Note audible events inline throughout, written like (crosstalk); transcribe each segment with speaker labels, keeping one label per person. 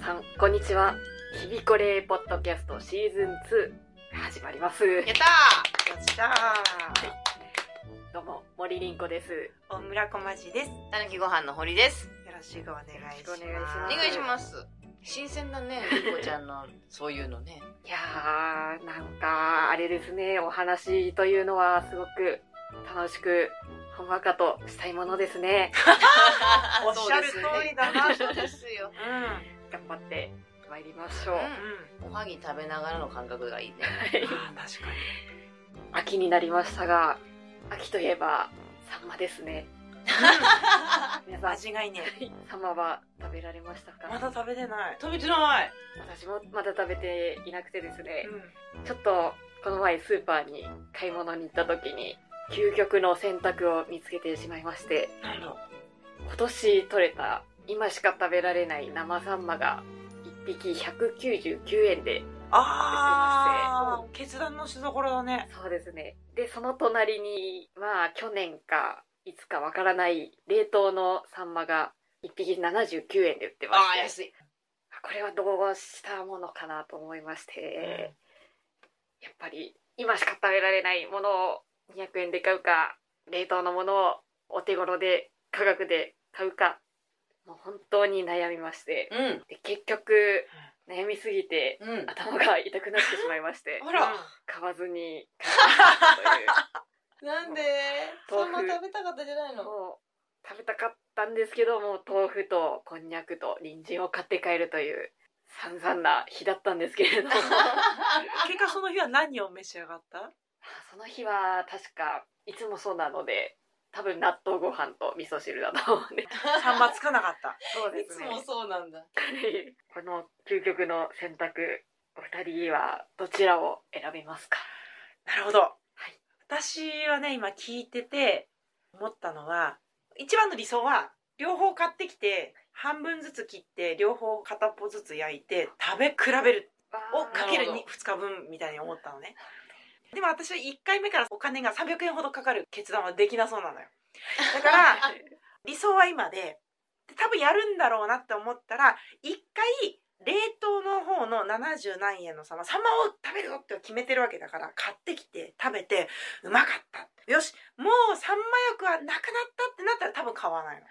Speaker 1: さん、こんにちは。日々これポッドキャストシーズン2始まります。
Speaker 2: やったーやった
Speaker 1: どうも、森凛子です。
Speaker 2: ー大村こまじです。よ
Speaker 3: たぬきご飯の堀です。
Speaker 2: ろしくお願いし
Speaker 1: よろ
Speaker 2: ま
Speaker 1: し
Speaker 2: す。
Speaker 1: くお願いし
Speaker 3: お
Speaker 1: ます
Speaker 3: 願いします。新鮮だね、りこちゃんの、そういうのね。
Speaker 1: いやー、なんか、あれですね、お話というのはすごく楽しく、ほんわかとしたいものですね。
Speaker 2: おっしゃる通りだな
Speaker 3: そうですよ。
Speaker 1: 頑張って参りましょう。
Speaker 3: うん
Speaker 2: う
Speaker 3: おはぎ食べながらの感覚がいいね。
Speaker 1: はい
Speaker 2: ん。あー確か
Speaker 1: 秋になりましたが、秋といえば、サンマですね。皆さん、
Speaker 2: に。間違いねえ。
Speaker 1: サンマは食べられましたか
Speaker 2: まだ食べてない。
Speaker 3: 食べてない。
Speaker 1: 私もまだ食べていなくてですね、
Speaker 2: う
Speaker 1: ちょっとこの前スーパーに買い物に行った時に究極の選択を見つけてしまいまして
Speaker 2: ん。なんだ
Speaker 1: 今年取れた今しか食べられない生サンマが1匹199円で
Speaker 2: あー、決断のしどころだね。
Speaker 1: そうですねでその隣にまあ去年かいつかわからない冷凍のサンマが1匹79円で売ってま
Speaker 3: ああ、
Speaker 1: して
Speaker 3: 安い。
Speaker 1: これはどうしたものかなと思いまして、やっぱり今しか食べられないものを200円で買うか冷凍のものをお手頃で価格で買うかもう本当に悩みまして
Speaker 3: うん。
Speaker 1: で結局悩みすぎて
Speaker 3: うん。
Speaker 1: 頭が痛くなってしまいまして
Speaker 3: あら。
Speaker 1: 買わずに買ってしまった
Speaker 3: なんで
Speaker 1: 豆
Speaker 3: そ
Speaker 1: 腐
Speaker 3: んな食べたかったじゃない
Speaker 1: という
Speaker 3: (laughs) の
Speaker 1: もう食べたかったんですけどもう豆腐とこんにゃくと人参を買って帰るという散々な日だったんですけれ
Speaker 3: (laughs)
Speaker 1: ども。
Speaker 2: 結果その日は何を召し上がった
Speaker 1: その日は確かいつもそうなので多分納豆ご飯と味噌汁だと思うんで
Speaker 2: サンマつかなかった。
Speaker 1: そう
Speaker 3: いつもそうなんだ。
Speaker 1: この究極の選択お二人はどちらを選びますか
Speaker 2: なるほど。
Speaker 1: い
Speaker 2: 私はね、今聞いてて思ったのは、一番の理想は、両方買ってきて、半分ずつ切って、両方片っぽずつ焼いて、食べ比べるをか
Speaker 3: なる
Speaker 2: ける
Speaker 3: ほど
Speaker 2: 2, 日分みたいに思ったのねでも私は1回目からお金が300円ほどかかる決断はできなそうなのよだから理想は今でで多分やるんだろうなって思ったら1回冷凍の方の70何円のサンマサンマを食べるぞって決めてるわけだから買ってきて食べてうまかったよしもうサンマ欲はなくなったってなったら多分買わないの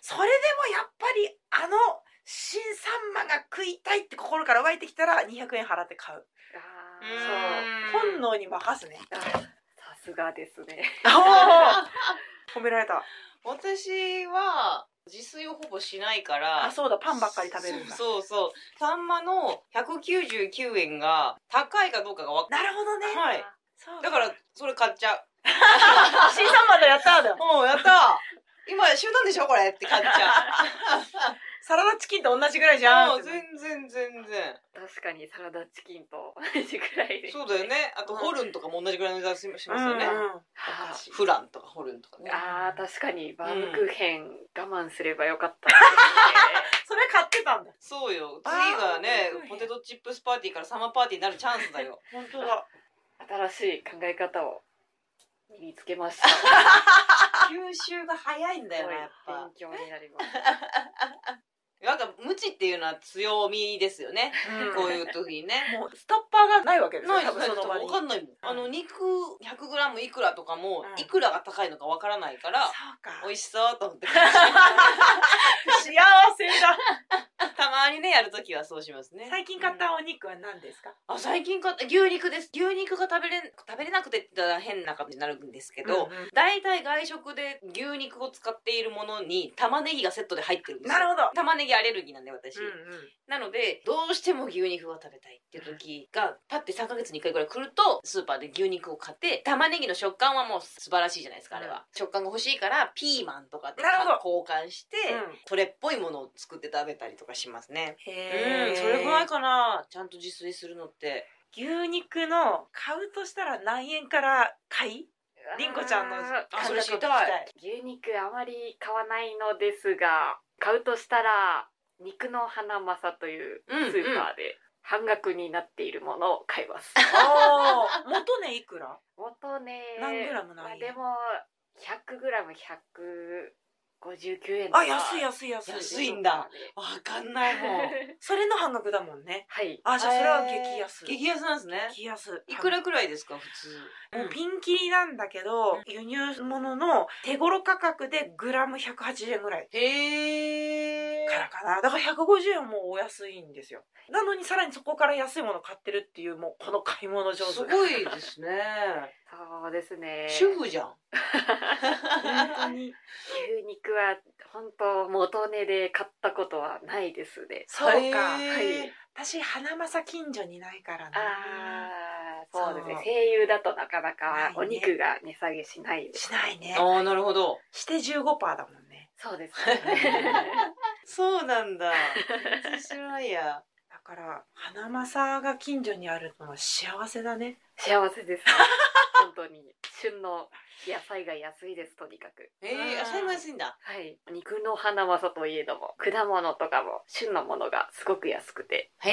Speaker 2: それでもやっぱりあの新サンマが食いたいって心から湧いてきたら200円払って買う
Speaker 1: あ
Speaker 2: そう
Speaker 1: ー
Speaker 3: うーん
Speaker 2: 本能に任すね
Speaker 1: あーさすがですね
Speaker 3: (laughs)
Speaker 2: 褒められた
Speaker 3: 私は、自炊をほぼしないから。
Speaker 2: あそうだパンばっかり食べるんだ
Speaker 3: そうそうそう。サンマの199円が高いかどうかがわか
Speaker 2: なるほどね、
Speaker 3: はい。
Speaker 2: そう
Speaker 3: だから、それ買っちゃう。
Speaker 2: 新サンマだやったーだよ
Speaker 3: おうやったー今、集団でしょこれって買っちゃ
Speaker 2: (laughs) サラダチキンと同じぐらいじゃん
Speaker 3: う。もう全然全然。
Speaker 1: 確かにサラダチキンと同じくらいで
Speaker 3: そうだよね。あと、ホルンとかも同じぐらいの値段します
Speaker 2: うんう
Speaker 3: よ
Speaker 2: ん
Speaker 3: ね。
Speaker 1: あー
Speaker 3: フランとかホルンとかね。
Speaker 1: あー確かにバームクーヘン我慢すればよかった
Speaker 2: それ買ってたんだ
Speaker 3: そうよ。
Speaker 2: あ
Speaker 3: 次
Speaker 2: ー
Speaker 3: がね
Speaker 2: 面白い、ね
Speaker 3: ポテトチップスパーティーからサマーパーティーになるチャンスだ
Speaker 2: (laughs)
Speaker 3: よ。
Speaker 2: 本当
Speaker 1: で
Speaker 2: だ
Speaker 1: すね新しい考え方を身につけました
Speaker 3: 吸収が早いんだよな、やっぱ
Speaker 1: 勉。強になり
Speaker 3: (laughs)
Speaker 1: ます
Speaker 3: なんか、無知っていうのは強みですよね。こういう時にね。
Speaker 2: もうストッパーが (laughs) ないわけですよ
Speaker 3: ない
Speaker 2: 多
Speaker 3: です
Speaker 2: 分その場に
Speaker 3: わかんないもん。あの、肉 100g いくらとかも、いくらが高いのかわからないから、美
Speaker 2: そうか
Speaker 3: 味しそうと思って。
Speaker 2: 幸せだ
Speaker 3: (laughs) たまにね、やるときはそうしますね。
Speaker 2: 最近買ったお肉は何ですか
Speaker 3: あ最近買った牛肉です牛肉が食べれん食べれなくてって言ったら変な感じになるんですけど、
Speaker 2: うんうん
Speaker 3: 大体外食で牛肉を使っているものに玉ねぎがセットで入ってるんですよ
Speaker 2: なるほど
Speaker 3: 玉ねぎアレルギーなんで私、
Speaker 2: うん
Speaker 3: なのでどうしても牛肉が食べたいっていう時がパッて3ヶ月に1回ぐらい来るとスーパーで牛肉を買って玉ねぎの食感はもう素晴らしいじゃないですかあれは、
Speaker 2: うん
Speaker 3: 食感が欲しいからピーマンとかで
Speaker 2: なる
Speaker 3: 交換して、
Speaker 2: うん
Speaker 3: それっぽいものを作って食べたりとかしますねう
Speaker 2: へえ
Speaker 3: んそれぐらいかなちゃんと自炊するのって
Speaker 2: 牛肉の買うとしたら何円から買
Speaker 3: (laughs)
Speaker 2: いりんこちゃんの
Speaker 1: あー
Speaker 3: あそれ知りたい
Speaker 1: 牛肉あまり買わないのですが買うとしたら肉のハナマサというス
Speaker 3: うんうん
Speaker 1: ーパーで半額になっているものを買い
Speaker 3: (laughs)
Speaker 1: ます、
Speaker 2: おー元ねいくら
Speaker 1: 元ね
Speaker 2: 何グラムなんや
Speaker 1: まあでも 100g100 59円
Speaker 2: あ安い安い安い
Speaker 3: 安いんだわかんない (laughs) もん
Speaker 2: それの半額だもんね
Speaker 1: (laughs) はい
Speaker 2: あじゃあそれは激安、
Speaker 3: 激安なんですね
Speaker 2: 激安
Speaker 3: いくらくらいですか普通
Speaker 2: もうピンキリなんだけど、輸入物の手頃価格でグラム180円ぐらい
Speaker 3: へえ
Speaker 2: からかなだから150円はもうお安いんですよなのにさらにそこから安いもの買ってるっていうもうこの買い物上手
Speaker 3: すごいです (laughs) ね
Speaker 1: そうですね
Speaker 3: 主婦 (laughs) じゃん
Speaker 2: 本当に
Speaker 1: 牛肉は本当元値で買ったことはないですね
Speaker 2: そうか、
Speaker 3: へ
Speaker 1: は
Speaker 3: ー
Speaker 1: い
Speaker 2: 私花正近所にないからな
Speaker 1: ああそうですね
Speaker 2: そう
Speaker 1: 声優だとなかな
Speaker 2: ない
Speaker 1: か
Speaker 2: ね
Speaker 1: お肉が値下げしないです
Speaker 2: しないね
Speaker 3: ああなるほど
Speaker 2: して15%だもんね
Speaker 1: そうですね
Speaker 3: そうなん (laughs) だ全然知らないや
Speaker 2: だから花正が近所にあるのは幸せだね
Speaker 1: (laughs) 幸せ (laughs) ですね本当に旬の野菜が安いですとにかく
Speaker 3: ええ
Speaker 2: うん
Speaker 3: 野菜も安いんだ
Speaker 1: はい肉の花まさといえども果物とかも旬のものがすごく安くて
Speaker 3: へ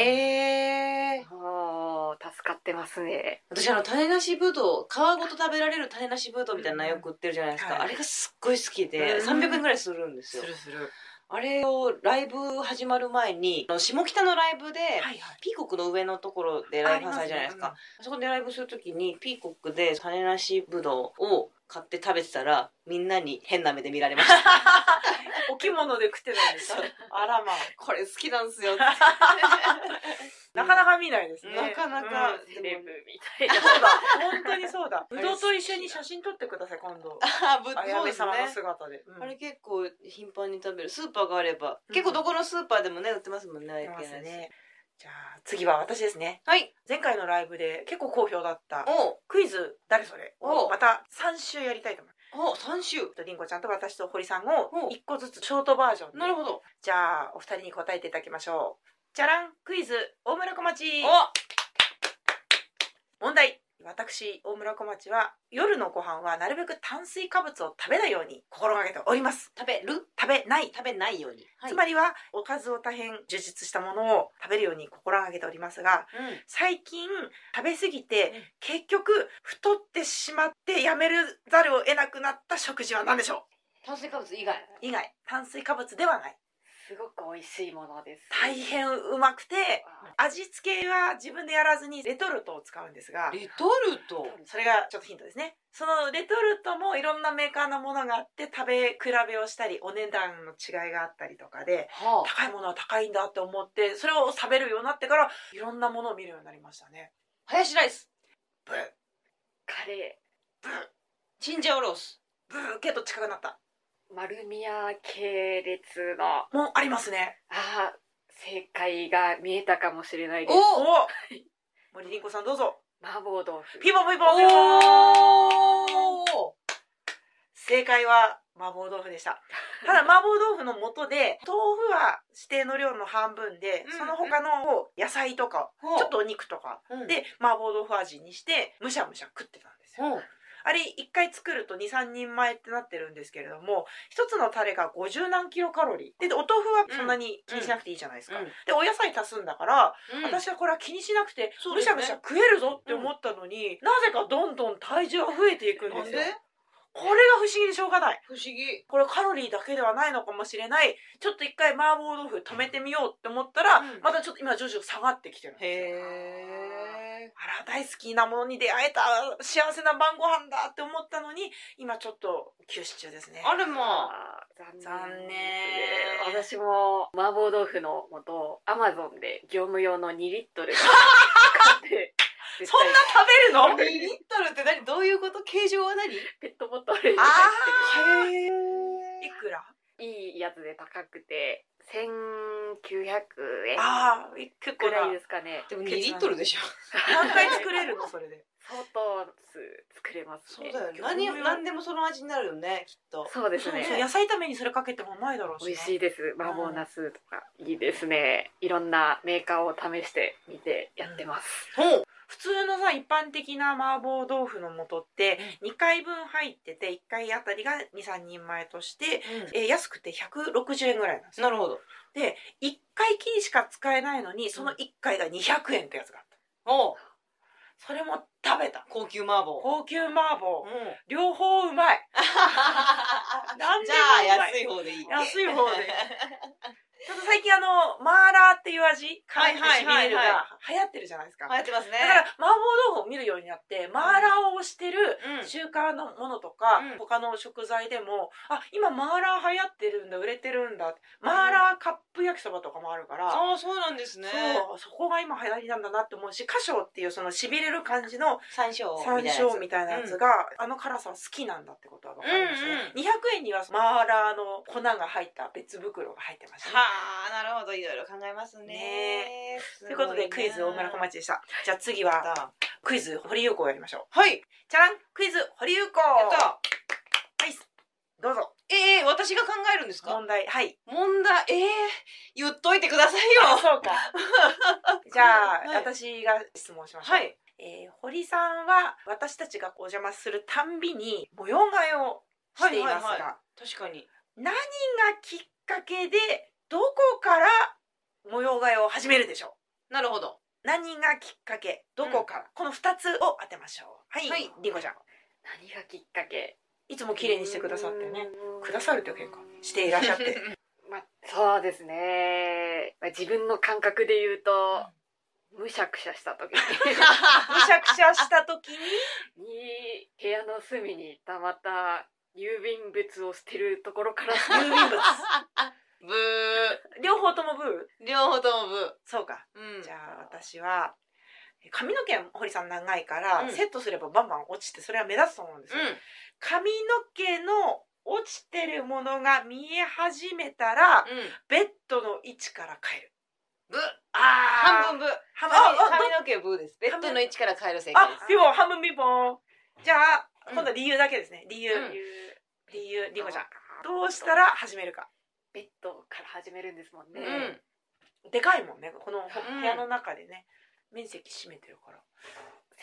Speaker 3: え
Speaker 1: もう助かってますね
Speaker 3: 私あの種なしぶどう皮ごと食べられる種なしぶどうみたいなのよく売ってるじゃないですか、
Speaker 2: はい
Speaker 3: あれがすっごい好きで
Speaker 2: うん
Speaker 3: 300円ぐらいするんですよ
Speaker 2: する
Speaker 3: あれをライブ始まる前にあの下北のライブで、
Speaker 2: はいはい
Speaker 3: ピーコックの上のところでライブされじゃないですかあ
Speaker 2: ありま
Speaker 3: そこでライブするときにピーコックで種なしぶどうを買って食べてたらみんなに変な目で見られました
Speaker 2: お着物で食ってたんですよあらまあ
Speaker 3: (laughs) これ好きなんす (laughs) よって
Speaker 2: なかなか見ないですね。
Speaker 3: なかなか
Speaker 2: うん
Speaker 1: セレブみたい (laughs) な
Speaker 2: そうだ、本当にそ
Speaker 3: (laughs)
Speaker 2: うだ。ぶどうと一緒に写真撮ってください、今度。
Speaker 3: あぶ
Speaker 2: あや
Speaker 3: そう
Speaker 2: め
Speaker 3: です
Speaker 2: 様の
Speaker 3: ね
Speaker 2: 姿で。うん
Speaker 3: あれ結構頻繁に食べるスーパーがあれば、結構どこのスーパーでもね売ってますもんねああい
Speaker 2: 出
Speaker 3: う
Speaker 2: ま
Speaker 3: 系
Speaker 2: す
Speaker 3: のやつ
Speaker 2: ね。じゃあ、次は私ですね。
Speaker 3: はい
Speaker 2: 前回のライブで結構好評だった。
Speaker 3: お
Speaker 2: クイズ、誰それ
Speaker 3: お
Speaker 2: をまた3週やりたいと思います。
Speaker 3: お三週
Speaker 2: えっとりんごちゃんと私と堀さんを
Speaker 3: お
Speaker 2: 1個ずつショートバージョンで
Speaker 3: なるほど
Speaker 2: じゃあお二人に答えていただきましょうじゃらんクイズ大村小町
Speaker 3: お
Speaker 2: 問題私大村小町は夜のご飯はなるべく炭水化物を食べないように心がけております
Speaker 3: 食べる
Speaker 2: 食べない、
Speaker 3: 食べないように、はい
Speaker 2: つまりはおかずを大変充実したものを食べるように心がけておりますが
Speaker 3: うん
Speaker 2: 最近食べ過ぎ
Speaker 3: うん
Speaker 2: て結局太ってしまってやめるざるを得なくなった食事は何でしょ
Speaker 3: 炭水化物以外
Speaker 2: う以外炭水化物ではない
Speaker 1: すごく美味しいものです
Speaker 2: 大変うまくて
Speaker 1: あ
Speaker 2: 味付けは自分でやらずにレトルトを使うんですが
Speaker 3: レトルト
Speaker 2: それがちょっとヒントですねそのレトルトもいろんなメーカーのものがあって食べ比べをしたりお値段の違いがあったりとかで
Speaker 3: は
Speaker 2: 高いものは高いんだって思ってそれを食べるようになってからいろんなものを見るようになりましたね
Speaker 3: ハヤシライス
Speaker 2: ブー
Speaker 1: カレ
Speaker 3: チンジャオロース
Speaker 2: ブーけど近くなった
Speaker 1: ー丸宮系列の
Speaker 2: もうありますね
Speaker 1: あー正解が見えたかもしれないです
Speaker 2: お
Speaker 3: お
Speaker 2: 森凛子さんどうぞ
Speaker 1: 麻婆豆腐
Speaker 2: ピボピボピボ
Speaker 3: お
Speaker 2: 正解は麻婆豆腐でしたただ麻婆豆腐の素で豆腐は指定の量の半分で、
Speaker 3: うん
Speaker 2: その他のを野菜とか
Speaker 3: お
Speaker 2: ちょっとお肉とか
Speaker 3: と
Speaker 2: で麻婆豆腐味にしてむしゃむしゃ食ってたんですよあれ一回作ると23人前ってなってるんですけれども一つのタレが50何キロカロリーでお豆腐はそんなに気にしなくていいじゃないですか、
Speaker 3: うん
Speaker 2: でお野菜足すんだから、
Speaker 3: 私
Speaker 2: 私はこれは気にしなくて
Speaker 3: そう
Speaker 2: む
Speaker 3: です
Speaker 2: しゃ
Speaker 3: ね
Speaker 2: むしゃ食えるぞって思ったのに、なぜかどんどん体重が増えていくんですよこれが不思議でしょうがない
Speaker 3: 不思議
Speaker 2: これカロリーだけではないのかもしれないちょっと一回麻婆豆腐止めてみようって思ったら、
Speaker 3: うん
Speaker 2: またちょっと今徐々に下がってきてるんで
Speaker 3: へ
Speaker 2: すよ
Speaker 3: え
Speaker 2: あら大好きなものに出会えた幸せな晩ご飯だって思ったのに今ちょっと休止中ですね
Speaker 3: あれま
Speaker 1: あー残
Speaker 2: 残
Speaker 1: 念
Speaker 2: 念
Speaker 1: ですね私も麻婆豆腐の素アマゾンで業務用の2リットル (laughs) 買って絶
Speaker 2: そん
Speaker 1: 対
Speaker 2: な食
Speaker 3: 2
Speaker 2: べるの
Speaker 3: リットルって何どういうこと形状は何
Speaker 1: ペットボトルに
Speaker 2: あ
Speaker 3: へ
Speaker 2: い
Speaker 3: え
Speaker 2: くら
Speaker 1: いいやつで高くて1900円
Speaker 2: ああ結
Speaker 1: ぐ
Speaker 2: 構
Speaker 1: ら
Speaker 2: ない
Speaker 1: ですかね
Speaker 3: でも2リットルでしょ
Speaker 2: 何回作れるのそれで
Speaker 1: 相当数作れますね
Speaker 2: ね
Speaker 3: 何何でもその味になるよねきっと
Speaker 1: そうですね
Speaker 2: そう野菜炒めにそれかけてもうまいだろうしな
Speaker 1: 美味しいです麻婆茄子とかいいですねいろんなメーカーを試してみてやってます、
Speaker 3: ほう
Speaker 2: 普通のさ一般的な麻婆豆腐の素って2回分入ってて1回あたりが23人前として、えー安くて160円ぐらいなんですよ
Speaker 3: なるほど
Speaker 2: で1回きりしか使えないのにその1回が200円ってやつがあった
Speaker 3: お
Speaker 2: それも食べた
Speaker 3: 高級麻婆。
Speaker 2: 高級麻
Speaker 3: う
Speaker 2: 婆
Speaker 3: (laughs) ん
Speaker 2: 両方うまい何で
Speaker 3: じ
Speaker 2: も
Speaker 3: ゃ
Speaker 2: う
Speaker 3: あ
Speaker 2: まい
Speaker 3: 安い方でいい。
Speaker 2: 安い方
Speaker 3: (laughs)
Speaker 2: でちょっと最近あのマーラーっていう味辛くてしびれる
Speaker 3: はいはい
Speaker 2: が流行ってるじゃないですか
Speaker 3: 流行ってますね。
Speaker 2: だから麻婆豆腐を見るようになってマーラーを推してる
Speaker 3: うん
Speaker 2: 中華のものとか、
Speaker 3: うん
Speaker 2: 他の食材でもあ今マーラー流行ってるんだ売れてるんだマーラーカップ焼きそばとかもあるから、
Speaker 3: ああそうなんですね。
Speaker 2: そうそこが今流行りなんだなって思うし花椒っていうそのしびれる感じの
Speaker 3: 山椒
Speaker 2: 山
Speaker 3: みたいなやつ
Speaker 2: 椒みたいなやつが、あの辛さ好きなんだってことは分かりましたね、
Speaker 3: う
Speaker 2: 200円にはマーラーの粉が入った別袋が入ってましたね、
Speaker 3: はあなるほどいろいろ考えますね。
Speaker 2: ね
Speaker 3: す
Speaker 2: と
Speaker 3: ごいうな
Speaker 2: いことでクイズ大村小町でしたじゃあ次
Speaker 3: やっ
Speaker 2: は
Speaker 3: た
Speaker 2: クイズ堀優子をやりましょう
Speaker 3: はい。
Speaker 2: じゃらんクイズ堀優子
Speaker 3: やった。
Speaker 2: はいどうぞ
Speaker 3: ええ私が考えるんですか。
Speaker 2: 問題はい
Speaker 3: 問題ええ言っといてください
Speaker 2: あ
Speaker 3: よ。
Speaker 2: そうかじゃあ、
Speaker 3: はい
Speaker 2: 私が質問しましょう、
Speaker 3: はい。
Speaker 2: えー堀さんは私たちがお邪魔するたんびに模様替えをしていますが、
Speaker 3: はいはいは確かに。
Speaker 2: 何がきっかけでどこから模様替えを始めるでしょ
Speaker 3: なるほ
Speaker 2: (laughs)
Speaker 3: ど。
Speaker 2: う何がきっかけどこから、この2つを当てましょうはい、
Speaker 3: はい
Speaker 2: りんごちゃん
Speaker 1: 何がきっかけ
Speaker 2: いつも綺麗にしてくださってね
Speaker 1: うん
Speaker 2: くださるって結構していらっしゃって
Speaker 1: まあ、そうですね、まあ、自分の感覚で言うと、むしゃくしゃした時
Speaker 2: むしゃくしゃした時に
Speaker 3: (laughs)
Speaker 2: (laughs)
Speaker 1: に部屋の隅にたまった郵便物を捨てるところ
Speaker 2: (laughs)
Speaker 1: から
Speaker 2: 郵便物
Speaker 3: ブー
Speaker 2: 両方ともブー
Speaker 3: 両方ともブ
Speaker 2: そうか
Speaker 3: ー。うん。
Speaker 2: じゃあ私は髪の毛堀さん長いから、
Speaker 3: うん
Speaker 2: セットすればバンバン落ちてそれは目立つと思うんですよ、髪の毛の落ちてるものが見え始めたら、
Speaker 3: うんうん。
Speaker 2: ベッドの位置から変える
Speaker 3: ブー。
Speaker 2: あ
Speaker 3: 半分ブー。
Speaker 2: 半
Speaker 3: 髪
Speaker 2: ああ
Speaker 3: 髪の毛ブーです。ベッドの位置から変える正
Speaker 2: あ
Speaker 3: 解です。
Speaker 2: ピンポン半分ピンポンじゃあ
Speaker 3: うん
Speaker 2: 今度は理由だけですね理由、
Speaker 3: うん
Speaker 2: 理由りんごちゃん
Speaker 1: ど
Speaker 2: どうしたら始めるか
Speaker 1: ベッドから始めるんですもんね、
Speaker 3: うん。
Speaker 2: でかいもんねこのほ
Speaker 3: うん
Speaker 2: 部屋の中でね面積占めてるから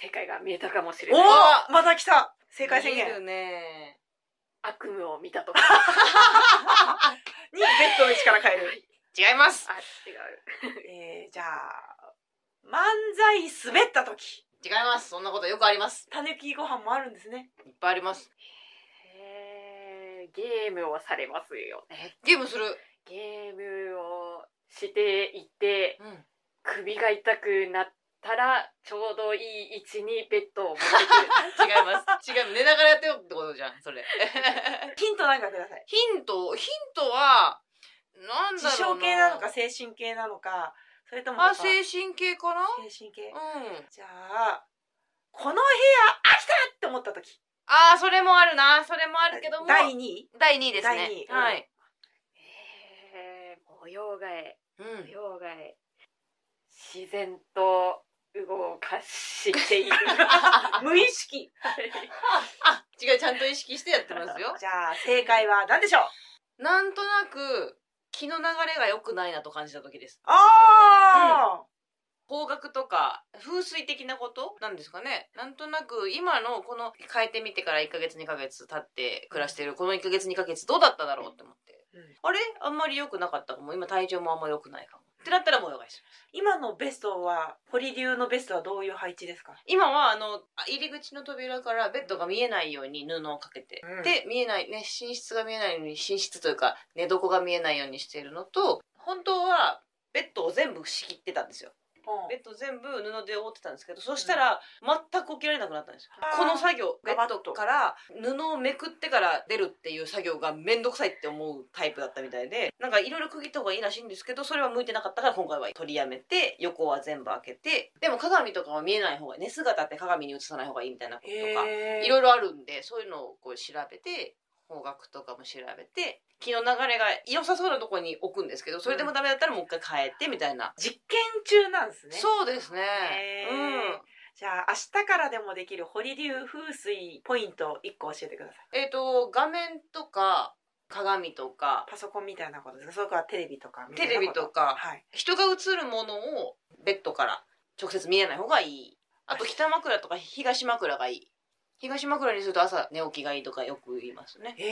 Speaker 1: 正解が見えたかもしれ
Speaker 2: お
Speaker 1: ない
Speaker 2: おまた来た正解宣言
Speaker 3: 見えるね。
Speaker 1: 悪夢を見たとか
Speaker 2: にベッドの位置から変える (laughs)
Speaker 3: 違います。
Speaker 1: あ違う
Speaker 2: えー、じゃあ漫才滑った時
Speaker 3: 違います。そんなことよくあります。
Speaker 2: たぬきご飯もあるんですね
Speaker 3: いっぱいあります。
Speaker 1: えーゲームをされますよね
Speaker 3: ゲームする。
Speaker 1: ゲームをしていて
Speaker 3: うん。
Speaker 1: 首が痛くなったらちょうどいい位置にベッドを持ってく
Speaker 3: 違います。違う。寝ながらやってよってことじゃん。それ。 (laughs)
Speaker 2: ヒントなんかください
Speaker 3: ヒント、ヒントは。なんだ
Speaker 2: 自
Speaker 3: ろうな。
Speaker 2: 傷系なのか。精神系なのかそれともなん
Speaker 3: あ、
Speaker 2: か精
Speaker 3: 精神系かな。
Speaker 2: 神系
Speaker 3: うん。
Speaker 2: じゃあこの部屋飽きたって思った時
Speaker 3: ああ、それもあるな。それもあるけども。
Speaker 2: 第2位
Speaker 3: 第二位です
Speaker 2: 第
Speaker 3: ね
Speaker 2: 二。位
Speaker 3: はい。
Speaker 1: えー模様替え
Speaker 3: う
Speaker 1: 模
Speaker 3: ん。 (laughs)
Speaker 1: 様替え自然と動かしてい
Speaker 2: (laughs)
Speaker 1: る
Speaker 2: 無意識
Speaker 3: あ、違う。ちゃんと意識してやってますよ。
Speaker 2: じゃあ正解は何でしょう
Speaker 3: なんとなく。気の流れが良くないなと感じた時です。
Speaker 2: ああ、
Speaker 3: 方角とか風水的なことなんですかねなんとなく今のこの変えてみてから1ヶ月2ヶ月経って暮らしてるこの1ヶ月2ヶ月どうだっただろうって思って、
Speaker 2: うん
Speaker 3: あれあんまり良くなかったかも今体調もあんま良くないかもってなったら模様替えします
Speaker 2: 今のベストは堀流のベストはどういう配置ですか
Speaker 3: 今はあのあ入り口の扉からベッドが見えないように布をかけて、
Speaker 2: うん
Speaker 3: で見えないね寝室が見えないように寝室というか寝床が見えないようにしているのと本当はベッドを全部仕切ってたんですよベッド全部布で覆ってたんですけどそしたら全く起きられなくなったんですよ、
Speaker 2: あー
Speaker 3: この作業ベ
Speaker 2: ガバ
Speaker 3: ッ
Speaker 2: ッと
Speaker 3: ドから布をめくってから出るっていう作業が面倒くさいって思うタイプだったみたいでなんかいろいろ区切った方がいいらしいんですけどそれは向いてなかったから今回は取りやめて横は全部開けてでも鏡とかは見えない方が寝姿って鏡に映さない方がいいみたいなこととか
Speaker 2: へ
Speaker 3: い
Speaker 2: ー
Speaker 3: ろいろあるんでそういうのをこう調べて方角とかも調べて気の流れが良さそうなところに置くんですけどそれでもダメだったらもう一回変えてみたいな
Speaker 2: 実験中なんですね
Speaker 3: そうですね。
Speaker 2: へーじゃあ明日からでもできる堀流風水ポイント1個教えてください
Speaker 3: うん。えっ、と画面とか鏡とか
Speaker 2: パソコンみたいなことですかそれからテレビとかみた
Speaker 3: テ
Speaker 2: いな
Speaker 3: レ
Speaker 2: こ
Speaker 3: ビとか
Speaker 2: はい
Speaker 3: 人が映るものをベッドから直接見えない方がいい。あと北枕とか東枕がいい。東枕にすると朝寝起きがいいとかよく言いますね。
Speaker 2: へ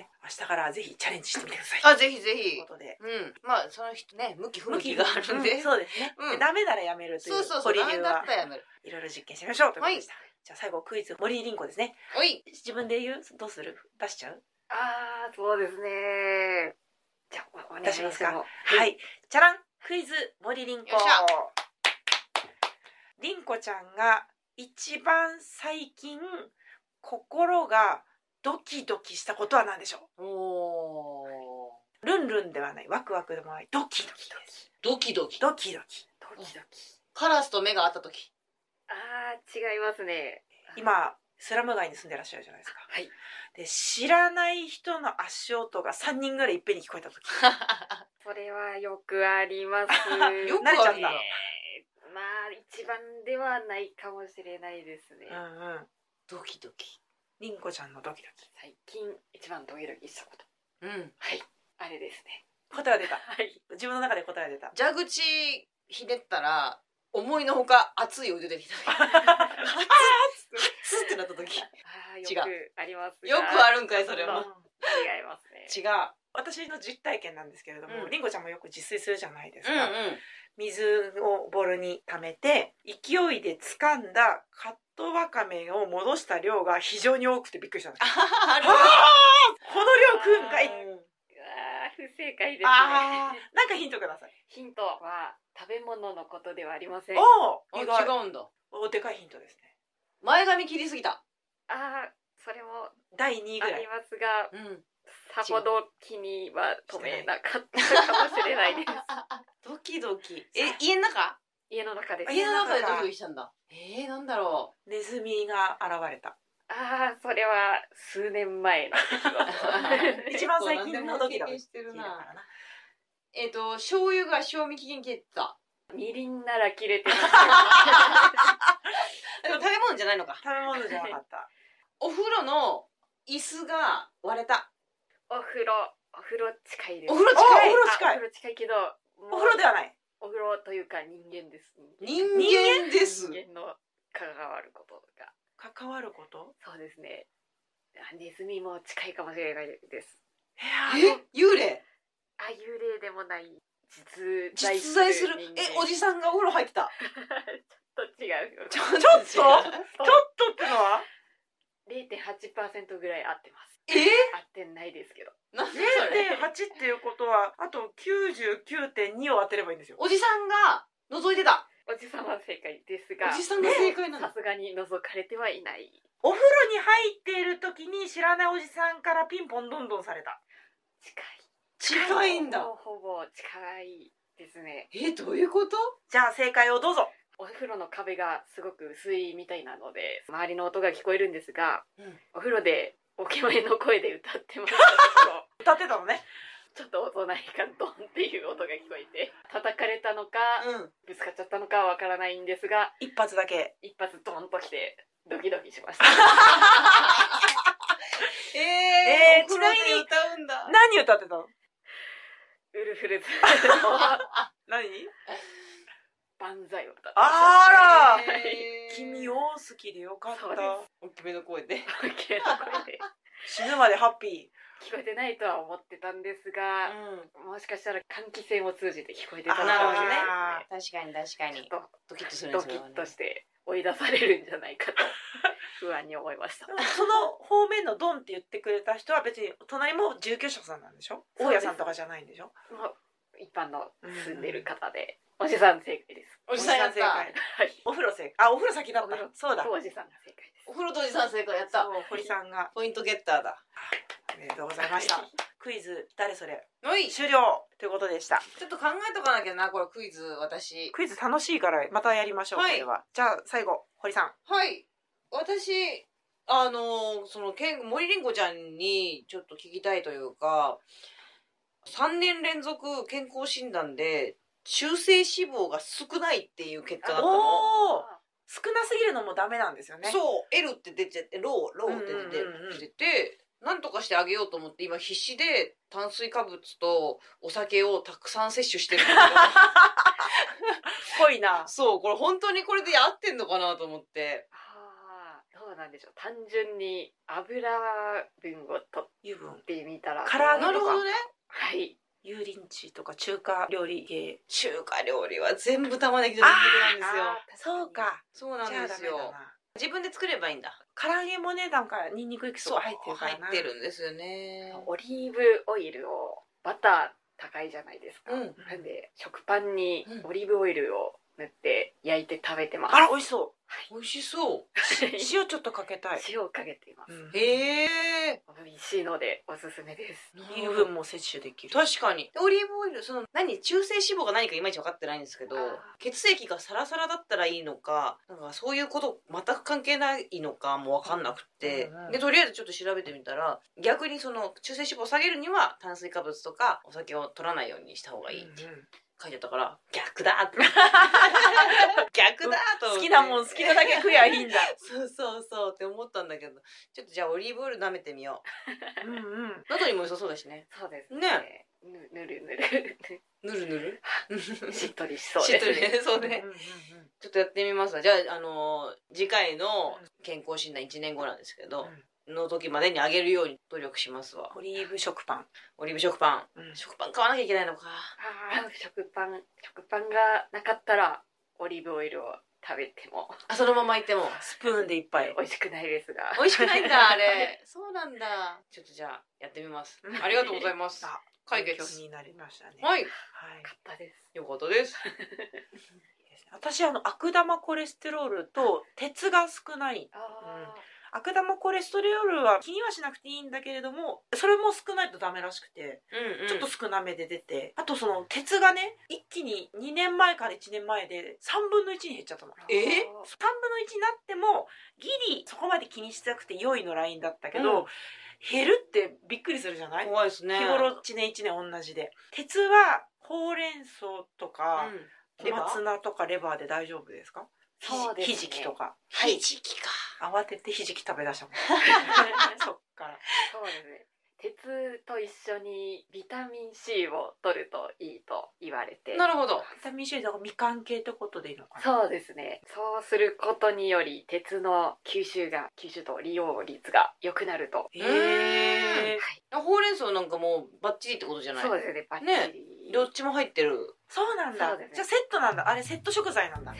Speaker 2: え、明日からぜひチャレンジしてみてください
Speaker 3: あぜひぜ
Speaker 2: とい
Speaker 3: ひ
Speaker 2: うことで
Speaker 3: うんまあその人ね向き不向きがあるんで、
Speaker 2: うそうですね、
Speaker 3: うん
Speaker 2: でダメならやめるという
Speaker 3: そうそうそう
Speaker 2: 堀
Speaker 3: ダ
Speaker 2: 流
Speaker 3: メだ
Speaker 2: は
Speaker 3: ったらやめる
Speaker 2: いろいろ実験してみましょうということでした、じゃあ最後クイズ森凛子ですね
Speaker 3: おい
Speaker 2: 自分で言うどうする出しちゃう
Speaker 1: ああ、そうですね。じゃあ、おお願いし
Speaker 2: 出しま
Speaker 1: ますす
Speaker 2: か
Speaker 1: よ。
Speaker 2: はい。じゃらんクイズ森凛子
Speaker 3: よっし。
Speaker 2: 凛子ちゃんが一番最近心がドキドキしたことは何でしょ
Speaker 3: おお
Speaker 2: う？ルンルンではない、ワクワクでもない、ドキドキです。
Speaker 3: ドキドキ
Speaker 2: ドキドキ。
Speaker 1: ドキドキ。
Speaker 3: カラスと目が合った (laughs) 時
Speaker 1: ああ、違いますね。
Speaker 2: 今スラム街に住んでらっしゃるじゃないですか。
Speaker 1: はい。
Speaker 2: で知らない人の足音が三人ぐらいいっぺんに聞こえた時。。
Speaker 1: それはよくあります
Speaker 2: (laughs) よ
Speaker 3: くある
Speaker 1: 慣れちゃったまあ、一番ではないかもしれないですね。
Speaker 2: うんうん。
Speaker 3: ドキドキ
Speaker 2: 凛子ちゃんのドキドキ。
Speaker 1: 最近、一番ドキドキしたこと。
Speaker 3: うん
Speaker 1: はい。あれですね。
Speaker 2: 答えは出た。
Speaker 1: はい。
Speaker 2: 自分の中で答えは出た。
Speaker 3: 蛇口ひねったら思いのほか熱いお湯出てきた熱っ (laughs) 熱っってなった (laughs) 時
Speaker 1: ああ、よくありますが。
Speaker 3: よくあるんかい (laughs) それ
Speaker 1: あ
Speaker 3: も
Speaker 2: うん
Speaker 1: 違いますね。
Speaker 3: 違う
Speaker 2: 私の実体験なんですけれども、
Speaker 3: うん
Speaker 2: りんごちゃんもよく自炊するじゃないです
Speaker 3: う
Speaker 2: か、水をボルに溜めて勢いで掴んだカットわかめを戻した量が非常に多くてびっくりしたんです
Speaker 3: あ
Speaker 2: はあこの量食うんかい
Speaker 1: あーあー、不正解ですね。
Speaker 2: あーなんかヒントください
Speaker 1: ヒントは食べ物のことではありません。あ
Speaker 2: おお意
Speaker 3: あ違
Speaker 2: 外
Speaker 3: うんだ
Speaker 2: おでかいヒントですね
Speaker 3: 前髪切りすぎた
Speaker 1: あー、それも
Speaker 2: 第2位ぐ
Speaker 1: あ
Speaker 2: らい
Speaker 1: りますが、
Speaker 3: うん
Speaker 1: さほど気には留めなかったかもしれないです。
Speaker 3: ドキドキえ家の中
Speaker 1: 家の中です。
Speaker 2: 家
Speaker 3: 家
Speaker 2: の
Speaker 3: の中
Speaker 2: 中で
Speaker 3: で
Speaker 2: ド
Speaker 3: ドキ
Speaker 2: キド
Speaker 3: ド
Speaker 2: キ
Speaker 3: キしたんだえー、なんだ (laughs) ろ
Speaker 2: ネズミが現れた
Speaker 1: ああ、それは数年前の出来事
Speaker 3: う
Speaker 2: 一番最近のドキド
Speaker 3: 結構何でも
Speaker 2: キ
Speaker 3: 経験してる
Speaker 2: ヒントだ
Speaker 3: な
Speaker 2: からな
Speaker 3: えっ、と醤油が賞味期限切れてた
Speaker 1: みりんなら切れてますよ。
Speaker 3: でも食べ物じゃないのか
Speaker 2: 食べ物じゃなかった
Speaker 3: お風呂の椅子が割れた
Speaker 1: お風呂、お風呂近いです。
Speaker 3: お風呂近
Speaker 1: あ
Speaker 3: い
Speaker 2: お風呂近い
Speaker 1: お風呂近いけど、
Speaker 2: お風呂ではない
Speaker 1: お風呂というか人間です。
Speaker 3: 人間です
Speaker 1: 人間の関わることが。
Speaker 2: 関わること
Speaker 1: そうですね。あネズミも近いかもしれないです。
Speaker 2: いや
Speaker 3: え
Speaker 2: ー
Speaker 3: 幽霊
Speaker 1: あ幽霊でもない実在
Speaker 3: 実在する
Speaker 1: 人間 (laughs)
Speaker 3: えおじさんがお風呂入ってた
Speaker 1: と違うよ。
Speaker 3: ょっと
Speaker 2: ちょっとちょっとってのは
Speaker 1: 0.8%ぐらい合ってます。
Speaker 3: え
Speaker 1: 合ってないですけど。
Speaker 3: なんでそれ
Speaker 2: 0.8っていうことはあと99.2を当てればいいんですよ
Speaker 3: おじさんが覗いてた
Speaker 1: おじさんは正解ですが、
Speaker 3: おじさんが正解なの
Speaker 1: さすがに覗かれてはいない。
Speaker 2: お風呂に入っている時に知らないおじさんからピンポンどんどんされた
Speaker 1: 近い。
Speaker 3: 近いんだ
Speaker 1: ほぼほぼ近いですね。
Speaker 3: えどういうこと
Speaker 2: じゃあ正解をどうぞ
Speaker 1: お風呂の壁がすごく薄いみたいなので、周りの音が聞こえるんですが、
Speaker 3: うん
Speaker 1: お風呂でお決まりの声で歌ってます。
Speaker 2: 歌ってたのね
Speaker 1: (laughs) ちょっと大人いかんドンっていう音が聞こえて叩かれたのか
Speaker 3: うん
Speaker 1: ぶつかっちゃったのかはわからないんですが
Speaker 2: 一発だけ
Speaker 1: 一発ドンときてドキドキしました
Speaker 3: (laughs) え
Speaker 2: えー
Speaker 3: お風呂
Speaker 2: ちなみに
Speaker 3: で歌うんだ
Speaker 2: 何歌ってた
Speaker 1: ウ
Speaker 2: の
Speaker 1: ルフルズ
Speaker 3: (laughs)
Speaker 1: の
Speaker 2: 何
Speaker 1: 万歳を歌って
Speaker 2: あら、
Speaker 3: えー
Speaker 2: 君を好きでよかっ
Speaker 1: そうで
Speaker 2: た
Speaker 3: 大きめの声で
Speaker 1: 大きな声で
Speaker 2: 死ぬまでハッピ
Speaker 1: 聞こえてないとは思ってたんです
Speaker 3: う
Speaker 1: が、
Speaker 3: ん
Speaker 1: もしかしたら換気扇を通じて聞こえてたのかもしれ
Speaker 2: あ
Speaker 1: な
Speaker 3: 確かに確か
Speaker 1: いですね
Speaker 3: に
Speaker 1: ちょっ
Speaker 3: ドキッとす
Speaker 1: と
Speaker 3: る
Speaker 1: ド
Speaker 3: ねそ
Speaker 1: キ
Speaker 3: れは
Speaker 1: ッ
Speaker 3: ね
Speaker 1: として追い出されるんじゃないかと不安に思いました
Speaker 2: ーでもその方面のドンって言ってくれた人は別に隣も住居者さんなんでしょ
Speaker 1: そう
Speaker 2: 大
Speaker 1: で
Speaker 2: 家
Speaker 1: す
Speaker 2: さんとかじゃないんでしょ
Speaker 1: もう一般の住んでる方で、おじさん正解です
Speaker 3: おじさんやっ
Speaker 2: 正解
Speaker 3: た
Speaker 1: はい
Speaker 2: お風呂正解あお風呂先だった
Speaker 1: お風呂
Speaker 2: そうだ
Speaker 1: おじさんが正解です
Speaker 3: お風呂とおじさん正解やった
Speaker 2: そう堀さんが
Speaker 3: ポイントゲッターだ
Speaker 2: おめでとうございましたクイズ誰それ
Speaker 3: おい
Speaker 2: 終了ということでした
Speaker 3: ちょっと考えとかなきゃなこれクイズ私
Speaker 2: クイズ楽しいからまたやりましょう、
Speaker 3: はい
Speaker 2: これはじゃあ最後堀さん
Speaker 3: はい私あのそのけん森凛子ちゃんにちょっと聞きたいというか3年連続健康診断で中性脂肪が少ないっていう結果だったの
Speaker 2: おー少なすぎるのもダメなんですよね
Speaker 3: そう L って出ちゃってローローって出て,、
Speaker 2: うんうんうんうん
Speaker 3: 出てなんとかしてあげようと思って今必死で炭水化物とお酒をたくさん摂取してるんだけど
Speaker 2: っぽいな (laughs)
Speaker 3: そう、これ本当にこれで合ってんのかなと思って。
Speaker 1: ああどうなんなんでしょう単純に油分を取っ
Speaker 2: 油分
Speaker 1: てみたら
Speaker 2: 唐揚げ
Speaker 3: なるほどね
Speaker 1: はい
Speaker 2: 油淋鶏とか中華料理系
Speaker 3: 中華料理は全部玉ねぎとニンニクなんですよ
Speaker 1: あー
Speaker 2: そうか
Speaker 3: そうな
Speaker 2: じゃあ
Speaker 3: んで
Speaker 2: ダ
Speaker 3: す
Speaker 2: メだ
Speaker 3: よ
Speaker 2: な
Speaker 3: 自分で作ればいいんだ
Speaker 2: 唐揚げもねなんかニンニクエキスと
Speaker 3: そう
Speaker 2: か
Speaker 3: 入
Speaker 2: 入ってるからな
Speaker 3: ってるんですよね
Speaker 1: オリーブオイルをバター高いじゃないですか、
Speaker 3: うん
Speaker 1: なんで食パンに
Speaker 3: うん
Speaker 1: オリーブオイルを塗って焼いて食べてます、
Speaker 2: あら美味しそ
Speaker 3: 美味しそう
Speaker 2: う塩ちょっとかけ (laughs) たい、
Speaker 1: (laughs) 塩をかけています、
Speaker 2: うん
Speaker 3: へえ
Speaker 1: 美味しいのでおすすめです
Speaker 2: 油分も摂取できる
Speaker 3: 確かにオリーブオイルその何中性脂肪が何かいまいち分かってないんですけど
Speaker 1: あー
Speaker 3: 血液がサラサラだったらいいのかなんかそういうこと全く関係ないのかも分かんなくて、
Speaker 2: うんうん
Speaker 3: でとりあえずちょっと調べてみたら逆にその中性脂肪を下げるには炭水化物とかお酒を取らないようにした方がいいって
Speaker 2: うんうん
Speaker 3: 書いてあったから逆だ
Speaker 2: (laughs)
Speaker 3: って逆だと思って
Speaker 2: 好きなもん好きなだけ食えばいいんだ
Speaker 3: そうそうそうって思ったんだけどちょっとじゃあオリーブオイル舐めてみよ
Speaker 2: うんうん
Speaker 3: う喉にも良さそうだしね
Speaker 1: そうですね
Speaker 3: ね
Speaker 1: ぬぬるぬる
Speaker 3: ぬるぬる
Speaker 1: しっとりしそうです
Speaker 3: (laughs) しっとりねそうね
Speaker 2: んんうん
Speaker 3: ちょっとやってみますわじゃあ、あのー次回の健康診断1年後なんですけど、の時までにあげるように努力しますわ
Speaker 2: オリーブ食パン、
Speaker 3: オリーブ食パン食パン買わなきゃいけないのか
Speaker 1: あー食パン食パンがなかったらオリーブオイルを食べても
Speaker 3: あそのままいっても
Speaker 2: スプーンで一杯
Speaker 1: 美味しくないですが
Speaker 3: 美味しくないんだあれそうなんだちょっとじゃあやってみます
Speaker 2: うん
Speaker 3: ありがとうございます
Speaker 2: あ
Speaker 3: 解
Speaker 2: 勉強
Speaker 3: 決
Speaker 2: になりましたねは
Speaker 3: は
Speaker 2: い、
Speaker 3: い
Speaker 1: 美味しかったです
Speaker 3: よかったです
Speaker 2: 私あの悪玉コレステロールと鉄が少ない
Speaker 1: あー
Speaker 2: 悪玉コレステロールは気にはしなくていいんだけれどもそれも少ないとダメらしくて
Speaker 3: うん、うん、
Speaker 2: ちょっと少なめで出て、あとその鉄がね一気に2年前から1年前で3分の1に減っちゃったの。
Speaker 3: えー
Speaker 1: あー
Speaker 2: 3分の1になってもギリそこまで気にしなくて良いのラインだったけ
Speaker 3: う
Speaker 2: ど、
Speaker 3: ん
Speaker 2: 減るってびっくりするじゃない
Speaker 3: 怖いですね
Speaker 2: 日頃1年1年同じで鉄はほうれん草とか
Speaker 3: うん
Speaker 2: 小松菜とかレバーで大丈夫ですか
Speaker 1: そうですね
Speaker 2: ひじきとか
Speaker 3: はい時期か
Speaker 2: 慌ててひじき食べだし
Speaker 1: (laughs)
Speaker 2: たもんそっから
Speaker 1: そうですね鉄と一緒にビタミン C を取るといいと言われて
Speaker 3: なるほど
Speaker 2: ビタミン C だからみかん系ってことでいいのかな
Speaker 1: そうですねそうすることにより鉄の吸収が吸収と利用率が良くなると、
Speaker 2: へえ
Speaker 3: ほうれん草なんかもうバッチリってことじゃない
Speaker 1: そうですねバッチリ、
Speaker 2: (laughs)
Speaker 3: どっちも入ってる
Speaker 2: そうなん
Speaker 1: そ
Speaker 2: だ
Speaker 1: うですね
Speaker 2: じゃあセットなんだあれセット食材なんだ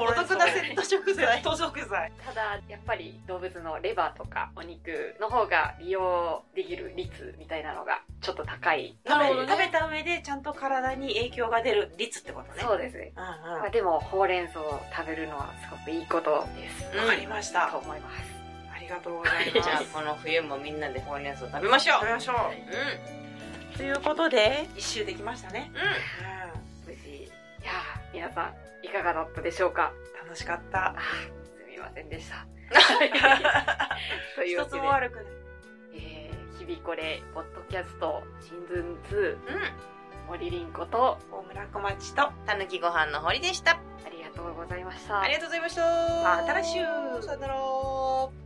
Speaker 2: お
Speaker 3: 得なセット食材
Speaker 2: セット食材
Speaker 1: ただやっぱり動物のレバーとかお肉の方が利用できる率みたいなのがちょっと高い
Speaker 3: なるほどね
Speaker 2: 食べた上でちゃんと体に影響が出る率ってことね
Speaker 1: そうですね、
Speaker 2: うんうん
Speaker 1: まあ、でもほうれん草を食べるのはすごくいいことです、
Speaker 3: うん
Speaker 2: わかりました、
Speaker 1: と思います
Speaker 2: ありがとうござい
Speaker 3: じ
Speaker 2: ま
Speaker 3: ゃあ
Speaker 2: す
Speaker 3: この冬もみんなでほうれん草食べましょう
Speaker 2: 食べましょう
Speaker 3: うんう
Speaker 2: ということで一周できましたね、
Speaker 3: ん
Speaker 1: 無事いやー皆さんいかがだったでしょうか
Speaker 2: 楽しかった
Speaker 1: あーすみませんでした (laughs)
Speaker 2: (laughs)
Speaker 1: という
Speaker 2: 一
Speaker 1: わ
Speaker 2: つ
Speaker 1: けで
Speaker 2: も、悪くない
Speaker 1: えー日々これポッドキャストシーズン
Speaker 3: うん
Speaker 1: 2森凛子と
Speaker 2: 大村小町と
Speaker 3: たぬきご飯の堀でした
Speaker 1: ありがとうございました
Speaker 3: ありがとうございました
Speaker 2: また来週
Speaker 3: さよなら